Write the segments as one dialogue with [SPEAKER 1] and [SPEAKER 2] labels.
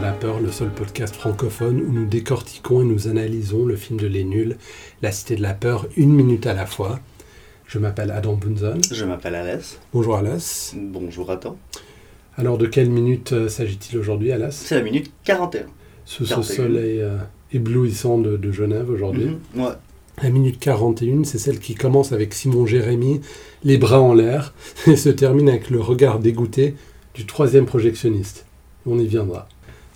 [SPEAKER 1] Vapeur, le seul podcast francophone où nous décortiquons et nous analysons le film de Les Nuls, La Cité de la Peur, une minute à la fois. Je m'appelle Adam Bunzon.
[SPEAKER 2] Je m'appelle Alas.
[SPEAKER 1] Bonjour Alas.
[SPEAKER 2] Bonjour Adam.
[SPEAKER 1] Alors de quelle minute euh, s'agit-il aujourd'hui Alas
[SPEAKER 2] C'est la minute 41.
[SPEAKER 1] Sous ce
[SPEAKER 2] 41.
[SPEAKER 1] soleil euh, éblouissant de, de Genève aujourd'hui.
[SPEAKER 2] Mhm. Ouais.
[SPEAKER 1] La minute 41, c'est celle qui commence avec Simon Jérémy, les bras en l'air, et se termine avec le regard dégoûté du troisième projectionniste. On y viendra.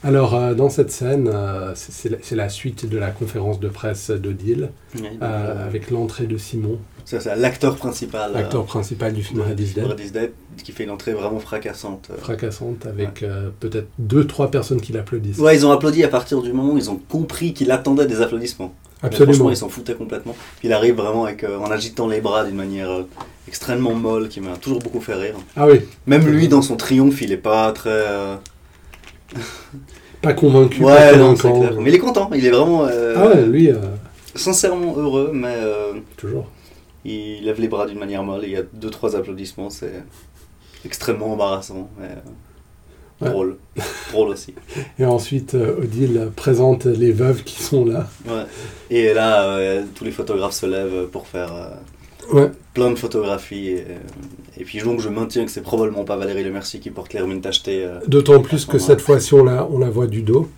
[SPEAKER 1] Alors, euh, dans cette scène, euh, c'est- c'est la, c'est la suite de la conférence de presse d'Odile,
[SPEAKER 2] Ouais, donc,
[SPEAKER 1] euh,
[SPEAKER 2] euh,
[SPEAKER 1] avec l'entrée de Simon,
[SPEAKER 2] Ça, c'est l'acteur principal. euh,
[SPEAKER 1] l'acteur principal du film
[SPEAKER 2] de
[SPEAKER 1] Radis Dead,
[SPEAKER 2] Radis Dead, qui fait une entrée vraiment fracassante. euh.
[SPEAKER 1] fracassante, avec euh, peut-être deux, trois personnes qui l'applaudissent.
[SPEAKER 2] Ouais, ils ont applaudi à partir du moment où ils ont compris qu'il attendait des applaudissements. Mais
[SPEAKER 1] Absolument.
[SPEAKER 2] franchement, ils s'en foutaient complètement. Puis il arrive vraiment avec, euh, en agitant les bras d'une manière euh, extrêmement molle qui m'a toujours beaucoup fait rire.
[SPEAKER 1] Ah oui,
[SPEAKER 2] Même lui, dans son triomphe, il est pas très. euh,
[SPEAKER 1] pas convaincu, pas
[SPEAKER 2] Ouais, non, c'est
[SPEAKER 1] convaincant.
[SPEAKER 2] clair. Mais il est content, il est vraiment euh,
[SPEAKER 1] Ah ouais, lui, euh,
[SPEAKER 2] sincèrement heureux, mais. euh,
[SPEAKER 1] toujours.
[SPEAKER 2] Il lève les bras d'une manière molle, il y a deux trois applaudissements, c'est extrêmement embarrassant, mais euh,
[SPEAKER 1] Ouais.
[SPEAKER 2] drôle. drôle aussi.
[SPEAKER 1] Et ensuite, euh, Odile présente les veuves qui sont là.
[SPEAKER 2] Ouais. Et là, euh, tous les photographes se lèvent pour faire euh,
[SPEAKER 1] Ouais.
[SPEAKER 2] plein de photographies. Et, euh, et puis donc je maintiens que c'est probablement pas Valérie Lemercier qui porte l'hermine tachetée euh,
[SPEAKER 1] D'autant plus que cette fois-ci, on la, on la voit du dos.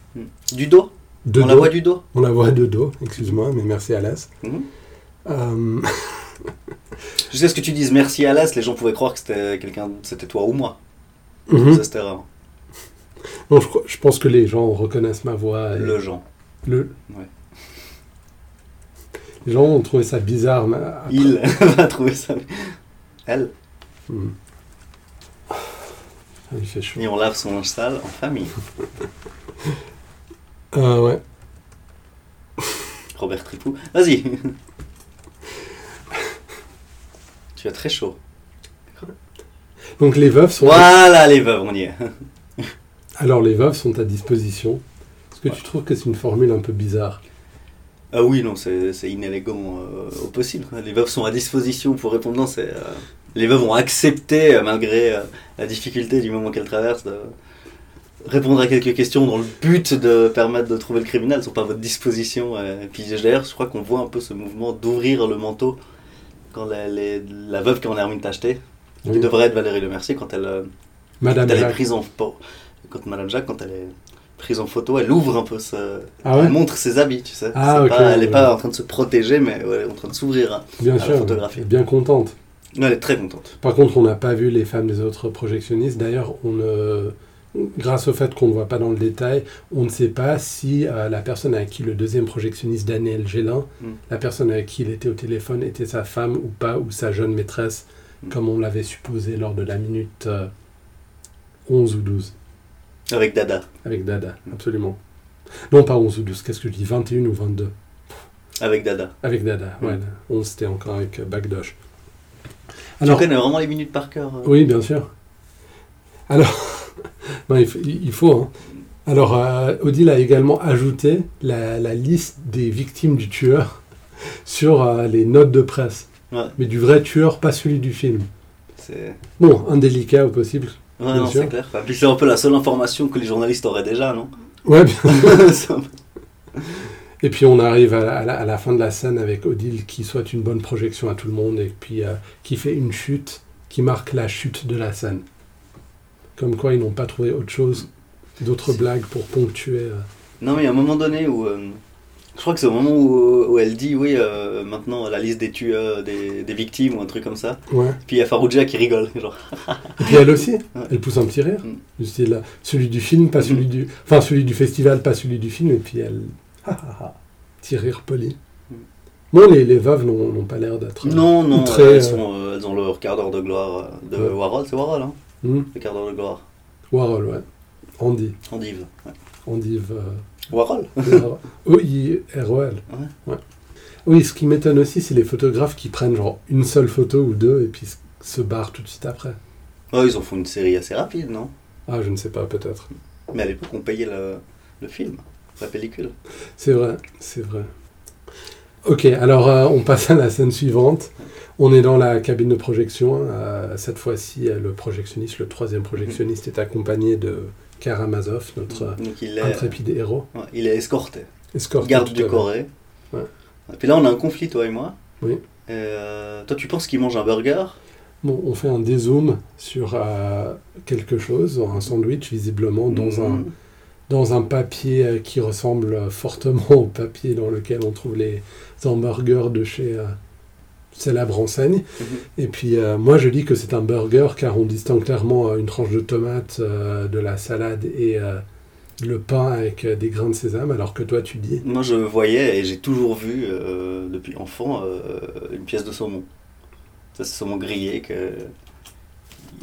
[SPEAKER 2] du dos.
[SPEAKER 1] De
[SPEAKER 2] On
[SPEAKER 1] dos.
[SPEAKER 2] la voit du dos.
[SPEAKER 1] On la voit de dos, excuse-moi, mais merci Alas.
[SPEAKER 2] Mhm.
[SPEAKER 1] Euh,
[SPEAKER 2] Jusqu'à ce que tu dises merci à l'as, les gens pouvaient croire que c'était quelqu'un, c'était toi ou moi.
[SPEAKER 1] mhm.
[SPEAKER 2] Ça c'était rare.
[SPEAKER 1] Non, je, crois- je pense que les gens reconnaissent ma voix. et
[SPEAKER 2] Le Jean.
[SPEAKER 1] le-
[SPEAKER 2] Ouais.
[SPEAKER 1] Les gens ont trouvé ça bizarre. mais ah, après-
[SPEAKER 2] Il va trouver ça. Elle.
[SPEAKER 1] Mhm. Ah, Il fait chaud.
[SPEAKER 2] Et on lave son linge sale en famille.
[SPEAKER 1] Ah ouais.
[SPEAKER 2] Robert Tripou. Vas-y. tu as très chaud.
[SPEAKER 1] Donc les veuves sont.
[SPEAKER 2] Voilà les veuves, on y est.
[SPEAKER 1] Alors les veuves sont à disposition. Est-ce que
[SPEAKER 2] Ouais.
[SPEAKER 1] tu trouves que c'est une formule un peu bizarre
[SPEAKER 2] Ah oui, non, c'est c'est inélégant euh, au possible. Les veuves sont à disposition pour répondre. Non, c'est. euh, les veuves ont accepté, euh, malgré euh, la difficulté du moment qu'elles traversent, de répondre à quelques questions dans le but de permettre de trouver le criminel. Elles sont pas à votre disposition. euh. Et puis d'ailleurs, je crois qu'on voit un peu ce mouvement d'ouvrir le manteau quand la, les- la veuve qui en a remis tachetée, qui
[SPEAKER 1] Oui.
[SPEAKER 2] devrait être Valérie Lemercier, quand elle. euh,
[SPEAKER 1] Madame
[SPEAKER 2] Quand elle est
[SPEAKER 1] Jacques.
[SPEAKER 2] prise en pho- quand Madame Jacques, quand elle est prise en photo, elle ouvre un peu ce...
[SPEAKER 1] Ah ouais
[SPEAKER 2] elle montre ses habits, tu sais.
[SPEAKER 1] Ah,
[SPEAKER 2] C'est
[SPEAKER 1] ok,
[SPEAKER 2] pas- elle est
[SPEAKER 1] ouais.
[SPEAKER 2] pas en train de se protéger, mais ouais, elle est en train de s'ouvrir. hein.
[SPEAKER 1] Bien
[SPEAKER 2] à la
[SPEAKER 1] sûr.
[SPEAKER 2] photographie.
[SPEAKER 1] Bien contente.
[SPEAKER 2] Ouais, Elle est très contente.
[SPEAKER 1] Par contre, on n'a pas vu les femmes des autres projectionnistes. D'ailleurs, on ne- grâce au fait qu'on ne voit pas dans le détail, on ne sait pas si euh, la personne à qui le deuxième projectionniste, Daniel Gélin,
[SPEAKER 2] Mm.
[SPEAKER 1] la personne avec qui il était au téléphone, était sa femme ou pas, ou sa jeune maîtresse,
[SPEAKER 2] Mm.
[SPEAKER 1] comme on l'avait supposé lors de la minute euh, 11 ou 12,
[SPEAKER 2] Avec Dada.
[SPEAKER 1] avec Dada,
[SPEAKER 2] Mm.
[SPEAKER 1] absolument. Non, pas 11 ou 12, qu'est-ce que je dis 21 ou 22
[SPEAKER 2] Avec Dada.
[SPEAKER 1] Avec Dada,
[SPEAKER 2] Mm.
[SPEAKER 1] ouais. 11, c'était encore avec euh, Bagdosh.
[SPEAKER 2] tu connais vraiment les minutes par cœur. euh.
[SPEAKER 1] Oui, bien sûr. Alors, ben, il, faut- il faut. hein. Alors, euh, Odile a également ajouté la, la liste des victimes du tueur sur euh, les notes de presse.
[SPEAKER 2] Ouais.
[SPEAKER 1] Mais du vrai tueur, pas celui du film.
[SPEAKER 2] C'est
[SPEAKER 1] Bon, indélicat au possible.
[SPEAKER 2] ouais,
[SPEAKER 1] Bien
[SPEAKER 2] non,
[SPEAKER 1] sûr.
[SPEAKER 2] c'est clair. Enfin, puis c'est un peu la seule information que les journalistes auraient déjà, non
[SPEAKER 1] Ouais, bien.
[SPEAKER 2] C'est un peu-
[SPEAKER 1] Et puis on arrive à, la- à la, à la fin de la scène avec Odile qui souhaite une bonne projection à tout le monde et puis euh, qui fait une chute qui marque la chute de la scène. Comme quoi ils n'ont pas trouvé autre chose, d'autres
[SPEAKER 2] C'est-
[SPEAKER 1] blagues pour ponctuer. euh,
[SPEAKER 2] Non, mais il y a un moment donné où. euh, je crois que c'est au moment où, où elle dit, oui, euh, maintenant la liste des tueurs, des, des victimes ou un truc comme ça.
[SPEAKER 1] ouais.
[SPEAKER 2] Puis il y a Farouja qui rigole. Genre,
[SPEAKER 1] Et puis elle aussi, elle pousse un petit rire,
[SPEAKER 2] Mm.
[SPEAKER 1] du style euh, celui du film, pas
[SPEAKER 2] Mhm.
[SPEAKER 1] celui du. Enfin, celui du festival, pas celui du film, et puis elle. Ah ah ah, petit rire poli.
[SPEAKER 2] Mm.
[SPEAKER 1] Non, les, les veuves n'ont n'ont pas l'air d'être. euh,
[SPEAKER 2] Non, non,
[SPEAKER 1] Très,
[SPEAKER 2] euh,
[SPEAKER 1] euh,
[SPEAKER 2] elles, sont, euh, elles ont leur quart d'heure de gloire euh, de
[SPEAKER 1] Ouais.
[SPEAKER 2] Warhol, c'est Warhol, hein
[SPEAKER 1] hmm,
[SPEAKER 2] Le quart d'heure de gloire.
[SPEAKER 1] Warhol, ouais. Andy.
[SPEAKER 2] Endive. Ouais.
[SPEAKER 1] Andive. euh,
[SPEAKER 2] Warhol
[SPEAKER 1] Warhol. O-I-R-O-L.
[SPEAKER 2] Ouais.
[SPEAKER 1] Ouais. Oui, ce qui m'étonne aussi, c'est les photographes qui prennent genre une seule photo ou deux et puis s- se barrent tout de suite après.
[SPEAKER 2] Ouais, ils en font une série assez rapide, non
[SPEAKER 1] Ah, je ne sais pas, peut-être.
[SPEAKER 2] Mais à l'époque, on payait le, le film, la pellicule.
[SPEAKER 1] C'est vrai, c'est vrai. Ok, alors euh, on passe à la scène suivante. On est dans la cabine de projection. Euh, cette fois-ci, euh, le projectionniste, le troisième projectionniste, est accompagné de Karamazov, notre euh,
[SPEAKER 2] Donc il est,
[SPEAKER 1] intrépide héros,
[SPEAKER 2] ouais, il est escorté,
[SPEAKER 1] escorte euh,
[SPEAKER 2] garde du Corée.
[SPEAKER 1] Ouais.
[SPEAKER 2] Et puis là, on a un conflit, toi et moi.
[SPEAKER 1] Oui.
[SPEAKER 2] Et, euh, toi, tu penses qu'il mange un burger
[SPEAKER 1] Bon, on fait un dézoom sur euh, quelque chose, un sandwich visiblement dans un
[SPEAKER 2] Mhm.
[SPEAKER 1] dans un papier euh, qui ressemble euh, fortement au papier dans lequel on trouve les hamburgers de chez euh, célèbre enseigne.
[SPEAKER 2] Mhm.
[SPEAKER 1] Et puis euh, moi je dis que c'est un burger car on distingue clairement euh, une tranche de tomate euh, de la salade et euh, le pain avec euh, des grains de sésame alors que toi tu dis
[SPEAKER 2] Moi, je voyais et j'ai toujours vu, euh, depuis enfant, euh, une pièce de saumon. Ça, c'est saumon grillé. Que...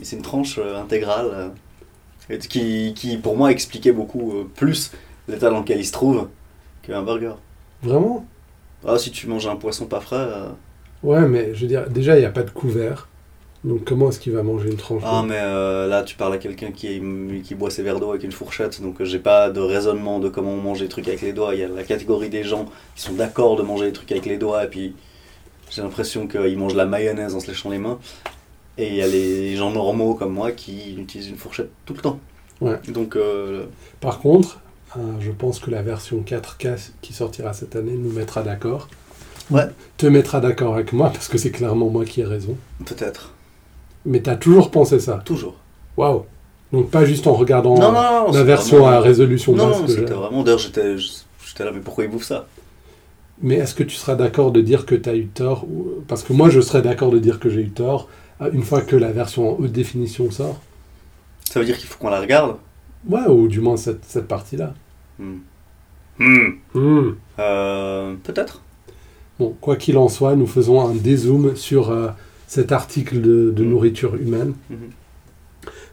[SPEAKER 2] C'est une tranche euh, intégrale euh, et qui, qui, pour moi, expliquait beaucoup euh, plus l'état dans lequel il se trouve qu'un burger.
[SPEAKER 1] vraiment
[SPEAKER 2] Ah, si tu manges un poisson pas frais, euh,
[SPEAKER 1] Ouais mais je veux dire déjà il n'y a pas de couvert. Donc comment est-ce qu'il va manger une tranche de-
[SPEAKER 2] Ah mais euh, là tu parles à quelqu'un qui, est- qui boit ses verres d'eau avec une fourchette, donc euh, j'ai pas de raisonnement de comment on mange les trucs avec les doigts. Il y a la catégorie des gens qui sont d'accord de manger les trucs avec les doigts, et puis j'ai l'impression qu'ils mangent la mayonnaise en se léchant les mains. Et il y a les gens normaux comme moi qui utilisent une fourchette tout le temps.
[SPEAKER 1] Ouais.
[SPEAKER 2] Donc euh,
[SPEAKER 1] Par contre, euh, je pense que la version 4K qui sortira cette année nous mettra d'accord.
[SPEAKER 2] Ouais.
[SPEAKER 1] Te mettra d'accord avec moi parce que c'est clairement moi qui ai raison.
[SPEAKER 2] peut-être.
[SPEAKER 1] Mais t'as toujours pensé ça.
[SPEAKER 2] Toujours.
[SPEAKER 1] Waouh. Donc pas juste en regardant euh,
[SPEAKER 2] non,
[SPEAKER 1] la
[SPEAKER 2] c'est
[SPEAKER 1] version
[SPEAKER 2] vraiment-
[SPEAKER 1] à résolution
[SPEAKER 2] Non,
[SPEAKER 1] basse
[SPEAKER 2] non,
[SPEAKER 1] que j'ai.
[SPEAKER 2] c'était vraiment. D'ailleurs j'étais j'étais là, mais pourquoi ils bouffent ça
[SPEAKER 1] Mais est-ce que tu seras d'accord de dire que t'as eu tort ou- Parce que moi, je serais d'accord de dire que j'ai eu tort euh, une fois que la version en haute définition sort.
[SPEAKER 2] Ça veut dire qu'il faut qu'on la regarde
[SPEAKER 1] Ouais, ou du moins cette, cette partie-là.
[SPEAKER 2] Hmm. Hmm.
[SPEAKER 1] Hmm.
[SPEAKER 2] Euh, peut-être.
[SPEAKER 1] Bon, quoi qu'il en soit, nous faisons un dézoom sur euh, cet article de, de
[SPEAKER 2] Mhm.
[SPEAKER 1] nourriture humaine
[SPEAKER 2] Mhm.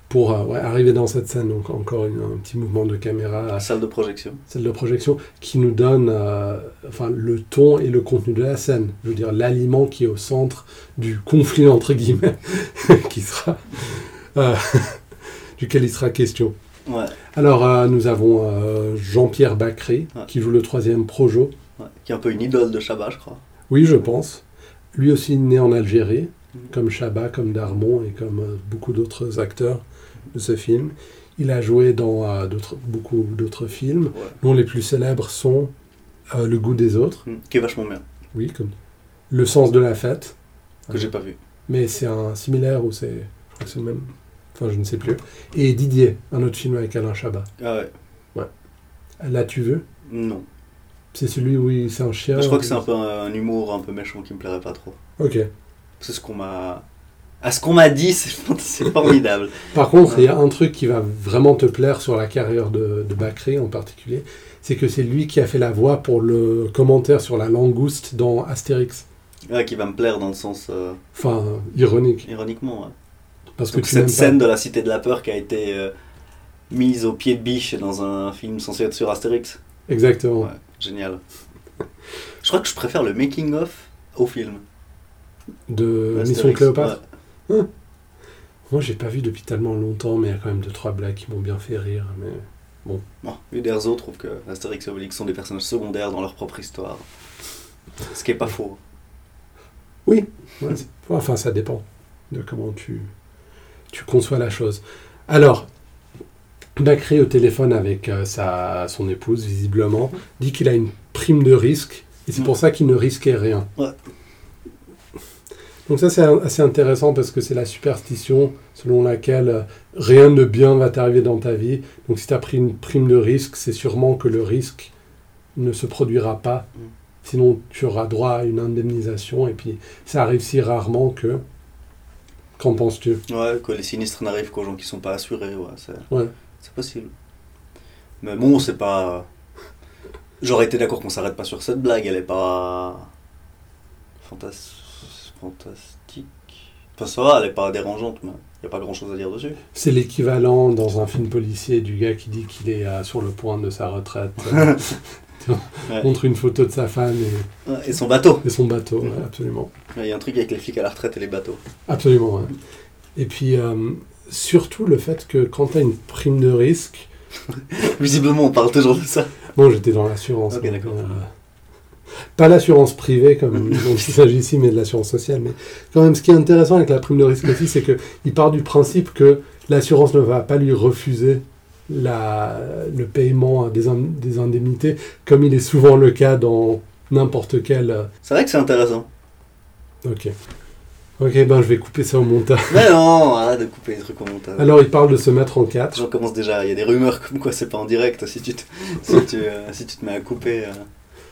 [SPEAKER 1] pour euh, ouais, arriver dans cette scène. Donc encore une- un petit mouvement de caméra,
[SPEAKER 2] La salle de projection.
[SPEAKER 1] celle de projection, qui nous donne euh, enfin, le ton et le contenu de la scène. Je veux dire, l'aliment qui est au centre du conflit, entre guillemets, qui sera, euh, duquel il sera question.
[SPEAKER 2] Ouais,
[SPEAKER 1] Alors, euh, nous avons euh, Jean-Pierre Bacré,
[SPEAKER 2] Ouais.
[SPEAKER 1] qui joue le troisième Projo.
[SPEAKER 2] ouais, qui est un peu une idole de Shabbat, je crois.
[SPEAKER 1] Oui, je pense. Lui aussi né en Algérie,
[SPEAKER 2] Mhm.
[SPEAKER 1] comme Chabat, comme Darmon et comme euh, beaucoup d'autres acteurs de ce film. Il a joué dans euh, d'autres- beaucoup d'autres films,
[SPEAKER 2] Ouais.
[SPEAKER 1] dont les plus célèbres sont euh, Le goût des autres,
[SPEAKER 2] Mm, Qui est vachement bien,
[SPEAKER 1] oui, comme Le sens de la fête,
[SPEAKER 2] que j'ai pas vu.
[SPEAKER 1] mais c'est un similaire ou c'est je crois que c'est le même, enfin je ne sais plus. Et Didier, un autre film avec Alain Chabat.
[SPEAKER 2] Ah ouais,
[SPEAKER 1] L'as-tu vu
[SPEAKER 2] non.
[SPEAKER 1] C'est celui où il- c'est un chien.
[SPEAKER 2] je crois que c'est un peu un, un humour un peu méchant qui me plairait pas trop.
[SPEAKER 1] Ok.
[SPEAKER 2] C'est ce qu'on m'a. À ce qu'on m'a dit, c'est c'est formidable.
[SPEAKER 1] Par contre, il y a un truc qui va vraiment te plaire sur la carrière de, de Bacré en particulier, c'est que c'est lui qui a fait la voix pour le commentaire sur la langouste dans Astérix.
[SPEAKER 2] Ouais, qui va me plaire dans le sens euh,
[SPEAKER 1] Enfin, ironique.
[SPEAKER 2] ironiquement. ouais.
[SPEAKER 1] Parce que
[SPEAKER 2] Donc
[SPEAKER 1] tu n'aimes
[SPEAKER 2] cette
[SPEAKER 1] pas.
[SPEAKER 2] scène de la Cité de la Peur qui a été euh, mise au pied de biche dans un film censé être sur Astérix.
[SPEAKER 1] Exactement.
[SPEAKER 2] Ouais, génial. je crois que je préfère le making-of au film.
[SPEAKER 1] De
[SPEAKER 2] Astérix,
[SPEAKER 1] Euh, Mission Cléopâtre.
[SPEAKER 2] ouais.
[SPEAKER 1] Moi, j'ai pas vu depuis tellement longtemps, mais il y a quand même deux, trois blagues qui m'ont bien fait rire. Mais...
[SPEAKER 2] Bon, Uderzo trouve que Astérix et Obélix sont des personnages secondaires dans leur propre histoire. Ce qui est pas faux.
[SPEAKER 1] Ouais, c'est- enfin, ça dépend de comment tu, tu conçois la chose. Alors, Bacré au téléphone avec euh, sa, son épouse, visiblement, dit qu'il a une prime de risque, et c'est pour ça qu'il ne risquait rien.
[SPEAKER 2] Mm. Ouais.
[SPEAKER 1] Donc ça, c'est un- assez intéressant parce que c'est la superstition selon laquelle euh, rien de bien va t'arriver dans ta vie. Donc si tu as pris une prime de risque, c'est sûrement que le risque ne se produira pas.
[SPEAKER 2] Mm.
[SPEAKER 1] Sinon, tu auras droit à une indemnisation et puis ça arrive si rarement que. Qu'en penses-tu
[SPEAKER 2] Ouais, que les sinistres n'arrivent qu'aux gens qui sont pas assurés, ouais, c'est
[SPEAKER 1] Ouais.
[SPEAKER 2] c'est possible. Mais bon, c'est pas. J'aurais été d'accord qu'on s'arrête pas sur cette blague, elle est pas. Fantas... fantastique. Enfin, ça va, elle est pas dérangeante, mais y a pas grand chose à dire dessus.
[SPEAKER 1] C'est l'équivalent dans un film policier du gars qui dit qu'il est euh, sur le point de sa retraite. euh, tu vois,
[SPEAKER 2] Ouais.
[SPEAKER 1] Montre une photo de sa femme et,
[SPEAKER 2] Ouais, Et son bateau
[SPEAKER 1] et son bateau, ouais,
[SPEAKER 2] Mhm.
[SPEAKER 1] absolument.
[SPEAKER 2] Il y a un truc avec les flics à la retraite et les bateaux.
[SPEAKER 1] Absolument. ouais. Et puis, euh, surtout le fait que quand tu as une prime de risque.
[SPEAKER 2] Visiblement, on parle toujours de ça.
[SPEAKER 1] Non, j'étais dans l'assurance.
[SPEAKER 2] Ok,
[SPEAKER 1] mais, euh,
[SPEAKER 2] d'accord.
[SPEAKER 1] pas l'assurance privée comme dont il s'agit ici, mais de l'assurance sociale. Mais quand même, ce qui est intéressant avec la prime de risque aussi, c'est qu'il part du principe que l'assurance ne va pas lui refuser la, le paiement des, in- des indemnités, comme il est souvent le cas dans n'importe quel... euh,
[SPEAKER 2] C'est vrai que c'est intéressant.
[SPEAKER 1] Ok. Ok, ben je vais couper ça au montage.
[SPEAKER 2] Mais non, arrête de couper les trucs au montage.
[SPEAKER 1] Alors il parle de se mettre en quatre.
[SPEAKER 2] J'en commence déjà, il y a des rumeurs comme quoi c'est pas en direct. Si tu te, si tu, euh, si tu te mets à couper euh,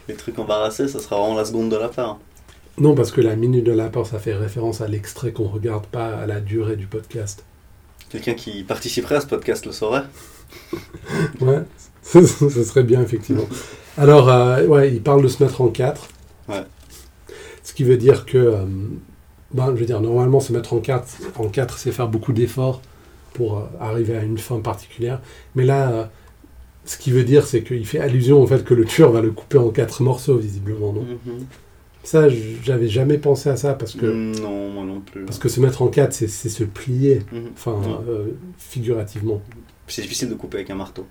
[SPEAKER 2] les trucs embarrassés, ça sera vraiment la seconde de la part.
[SPEAKER 1] Non, parce que la minute de la part, ça fait référence à l'extrait qu'on regarde pas à la durée du podcast.
[SPEAKER 2] Quelqu'un qui participerait à ce podcast le saurait.
[SPEAKER 1] Ouais, ce serait bien, effectivement. Alors, euh, ouais, il parle de se mettre en quatre.
[SPEAKER 2] Ouais.
[SPEAKER 1] Ce qui veut dire que, euh, ben, je veux dire, normalement, se mettre en quatre, en quatre c'est faire beaucoup d'efforts pour euh, arriver à une fin particulière. Mais là, euh, ce qui veut dire, c'est qu'il fait allusion au fait que le tueur va le couper en quatre morceaux, visiblement. Non
[SPEAKER 2] Mhm.
[SPEAKER 1] ça, j- j'avais jamais pensé à ça parce que,
[SPEAKER 2] Mm, Non, moi non plus.
[SPEAKER 1] parce que se mettre en quatre, c'est c'est se plier,
[SPEAKER 2] Mhm.
[SPEAKER 1] enfin,
[SPEAKER 2] Ouais.
[SPEAKER 1] euh, figurativement.
[SPEAKER 2] C'est difficile de couper avec un marteau.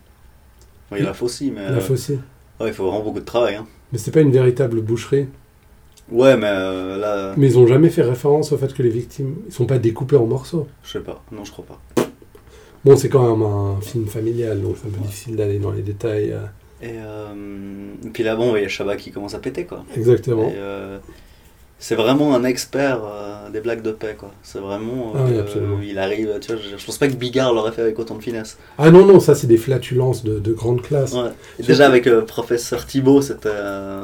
[SPEAKER 2] Oui, la fausse, mais
[SPEAKER 1] La
[SPEAKER 2] euh,
[SPEAKER 1] faucille.
[SPEAKER 2] ouais, il faut vraiment beaucoup de travail. hein.
[SPEAKER 1] Mais c'est pas une véritable boucherie.
[SPEAKER 2] Ouais, mais euh, là,
[SPEAKER 1] Mais ils ont jamais fait référence au fait que les victimes ne sont pas découpées en morceaux.
[SPEAKER 2] je sais pas. Non, je crois pas.
[SPEAKER 1] Bon, c'est quand même un film familial, donc c'est un peu difficile d'aller dans les détails. euh,
[SPEAKER 2] Et, euh, et puis là, bon, il y a Shabba qui commence à péter, quoi.
[SPEAKER 1] Exactement.
[SPEAKER 2] Et, euh, c'est vraiment un expert euh, des blagues de paix, quoi. C'est vraiment. euh,
[SPEAKER 1] Ah oui, absolument.
[SPEAKER 2] il arrive, tu vois, je, je pense pas que Bigard l'aurait fait avec autant de finesse.
[SPEAKER 1] Ah non, non, ça c'est des flatulences de, de grande classe.
[SPEAKER 2] Ouais. Et déjà avec euh, professeur Thibault, c'était. euh,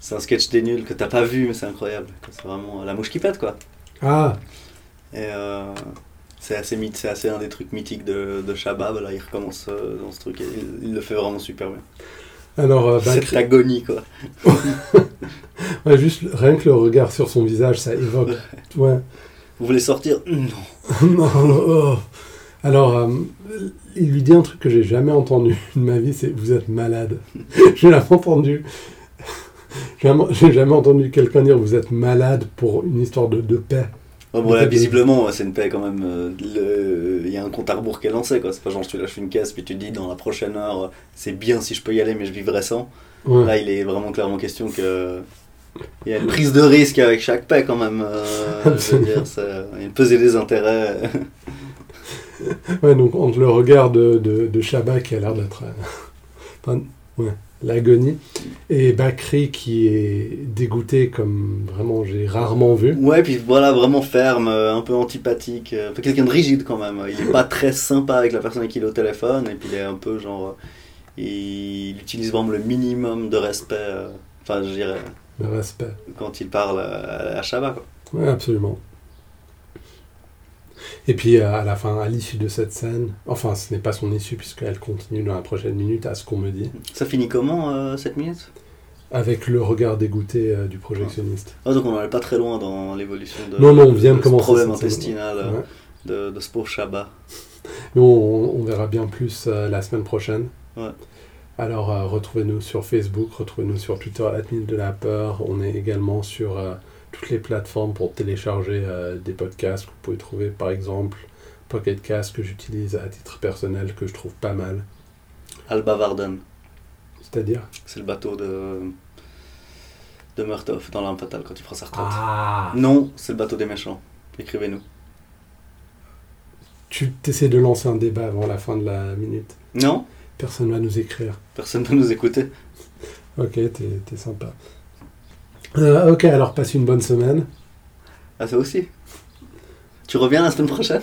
[SPEAKER 2] c'est un sketch des nuls que t'as pas vu, mais c'est incroyable. C'est vraiment euh, la mouche qui pète, quoi.
[SPEAKER 1] Ah,
[SPEAKER 2] Et euh, c'est assez, mythe- c'est assez un des trucs mythiques de, de Shabab. Là, il recommence euh, dans ce truc et il, il le fait vraiment super bien.
[SPEAKER 1] alors, euh, bah,
[SPEAKER 2] Cette agonie, quoi.
[SPEAKER 1] ouais, juste rien que le regard sur son visage, ça évoque. Ouais.
[SPEAKER 2] Vous voulez sortir Non.
[SPEAKER 1] Non, oh. Alors, euh, il lui dit un truc que j'ai jamais entendu de ma vie, c'est vous êtes malade. je l'ai entendu. J'ai jamais- J'ai jamais entendu quelqu'un dire vous êtes malade pour une histoire de, de paix.
[SPEAKER 2] Ouais, Ah bon, là, visiblement, c'est une paix quand même. euh, le- Il y a un compte à rebours qui est lancé, quoi. C'est pas genre je te lâche une caisse, puis tu te dis dans la prochaine heure, euh, c'est bien si je peux y aller, mais je vivrai sans.
[SPEAKER 1] Ouais.
[SPEAKER 2] Là, il est vraiment clairement question que. Il y a une prise de risque avec chaque paix quand même. euh, je veux
[SPEAKER 1] Absolument.
[SPEAKER 2] dire, ça- il y a une pesée des intérêts.
[SPEAKER 1] Ouais, donc entre le regard de, de, de Shabba qui a l'air d'être euh, enfin, ouais, l'agonie et Bakri qui est dégoûté comme vraiment j'ai rarement vu.
[SPEAKER 2] Ouais, puis voilà, vraiment ferme, euh, un peu antipathique, euh, enfin, quelqu'un de rigide quand même. Il est pas très sympa avec la personne avec qui il est au téléphone, et puis il est un peu genre. euh, Il utilise vraiment le minimum de respect, euh, enfin, je dirais,
[SPEAKER 1] Le respect.
[SPEAKER 2] quand il parle à, à Shabba, quoi.
[SPEAKER 1] Ouais, absolument. Et puis euh, à la fin, à l'issue de cette scène, enfin ce n'est pas son issue puisqu'elle continue dans la prochaine minute à ce qu'on me dit,
[SPEAKER 2] Ça finit comment, euh, cette minute
[SPEAKER 1] avec le regard dégoûté euh, du projectionniste.
[SPEAKER 2] Ah, donc on n'en est pas très loin dans l'évolution de.
[SPEAKER 1] Non, non, on vient de
[SPEAKER 2] ce
[SPEAKER 1] commencer
[SPEAKER 2] problème
[SPEAKER 1] cette scène.
[SPEAKER 2] intestinal euh,
[SPEAKER 1] Ouais.
[SPEAKER 2] de, de ce pauvre Shabba.
[SPEAKER 1] Mais on, on verra bien plus euh, la semaine prochaine.
[SPEAKER 2] Ouais.
[SPEAKER 1] Alors, euh, retrouvez-nous sur Facebook, retrouvez-nous sur Twitter, Admin de la peur. On est également sur euh, toutes les plateformes pour télécharger euh, des podcasts que vous pouvez trouver, par exemple, Pocket Cast que j'utilise à titre personnel, que je trouve pas mal.
[SPEAKER 2] Alba Varden,
[SPEAKER 1] C'est-à-dire
[SPEAKER 2] c'est le bateau de. de Murtoff dans l'âme fatale quand il prend sa retraite.
[SPEAKER 1] Ah
[SPEAKER 2] Non, c'est le bateau des méchants. Écrivez-nous.
[SPEAKER 1] Tu essaies de lancer un débat avant la fin de la minute.
[SPEAKER 2] Non
[SPEAKER 1] Personne va nous écrire.
[SPEAKER 2] Personne ne nous écouter.
[SPEAKER 1] Ok, t'es t'es sympa. Euh, ok, alors passe une bonne semaine.
[SPEAKER 2] Ah, ça aussi. Tu reviens la semaine prochaine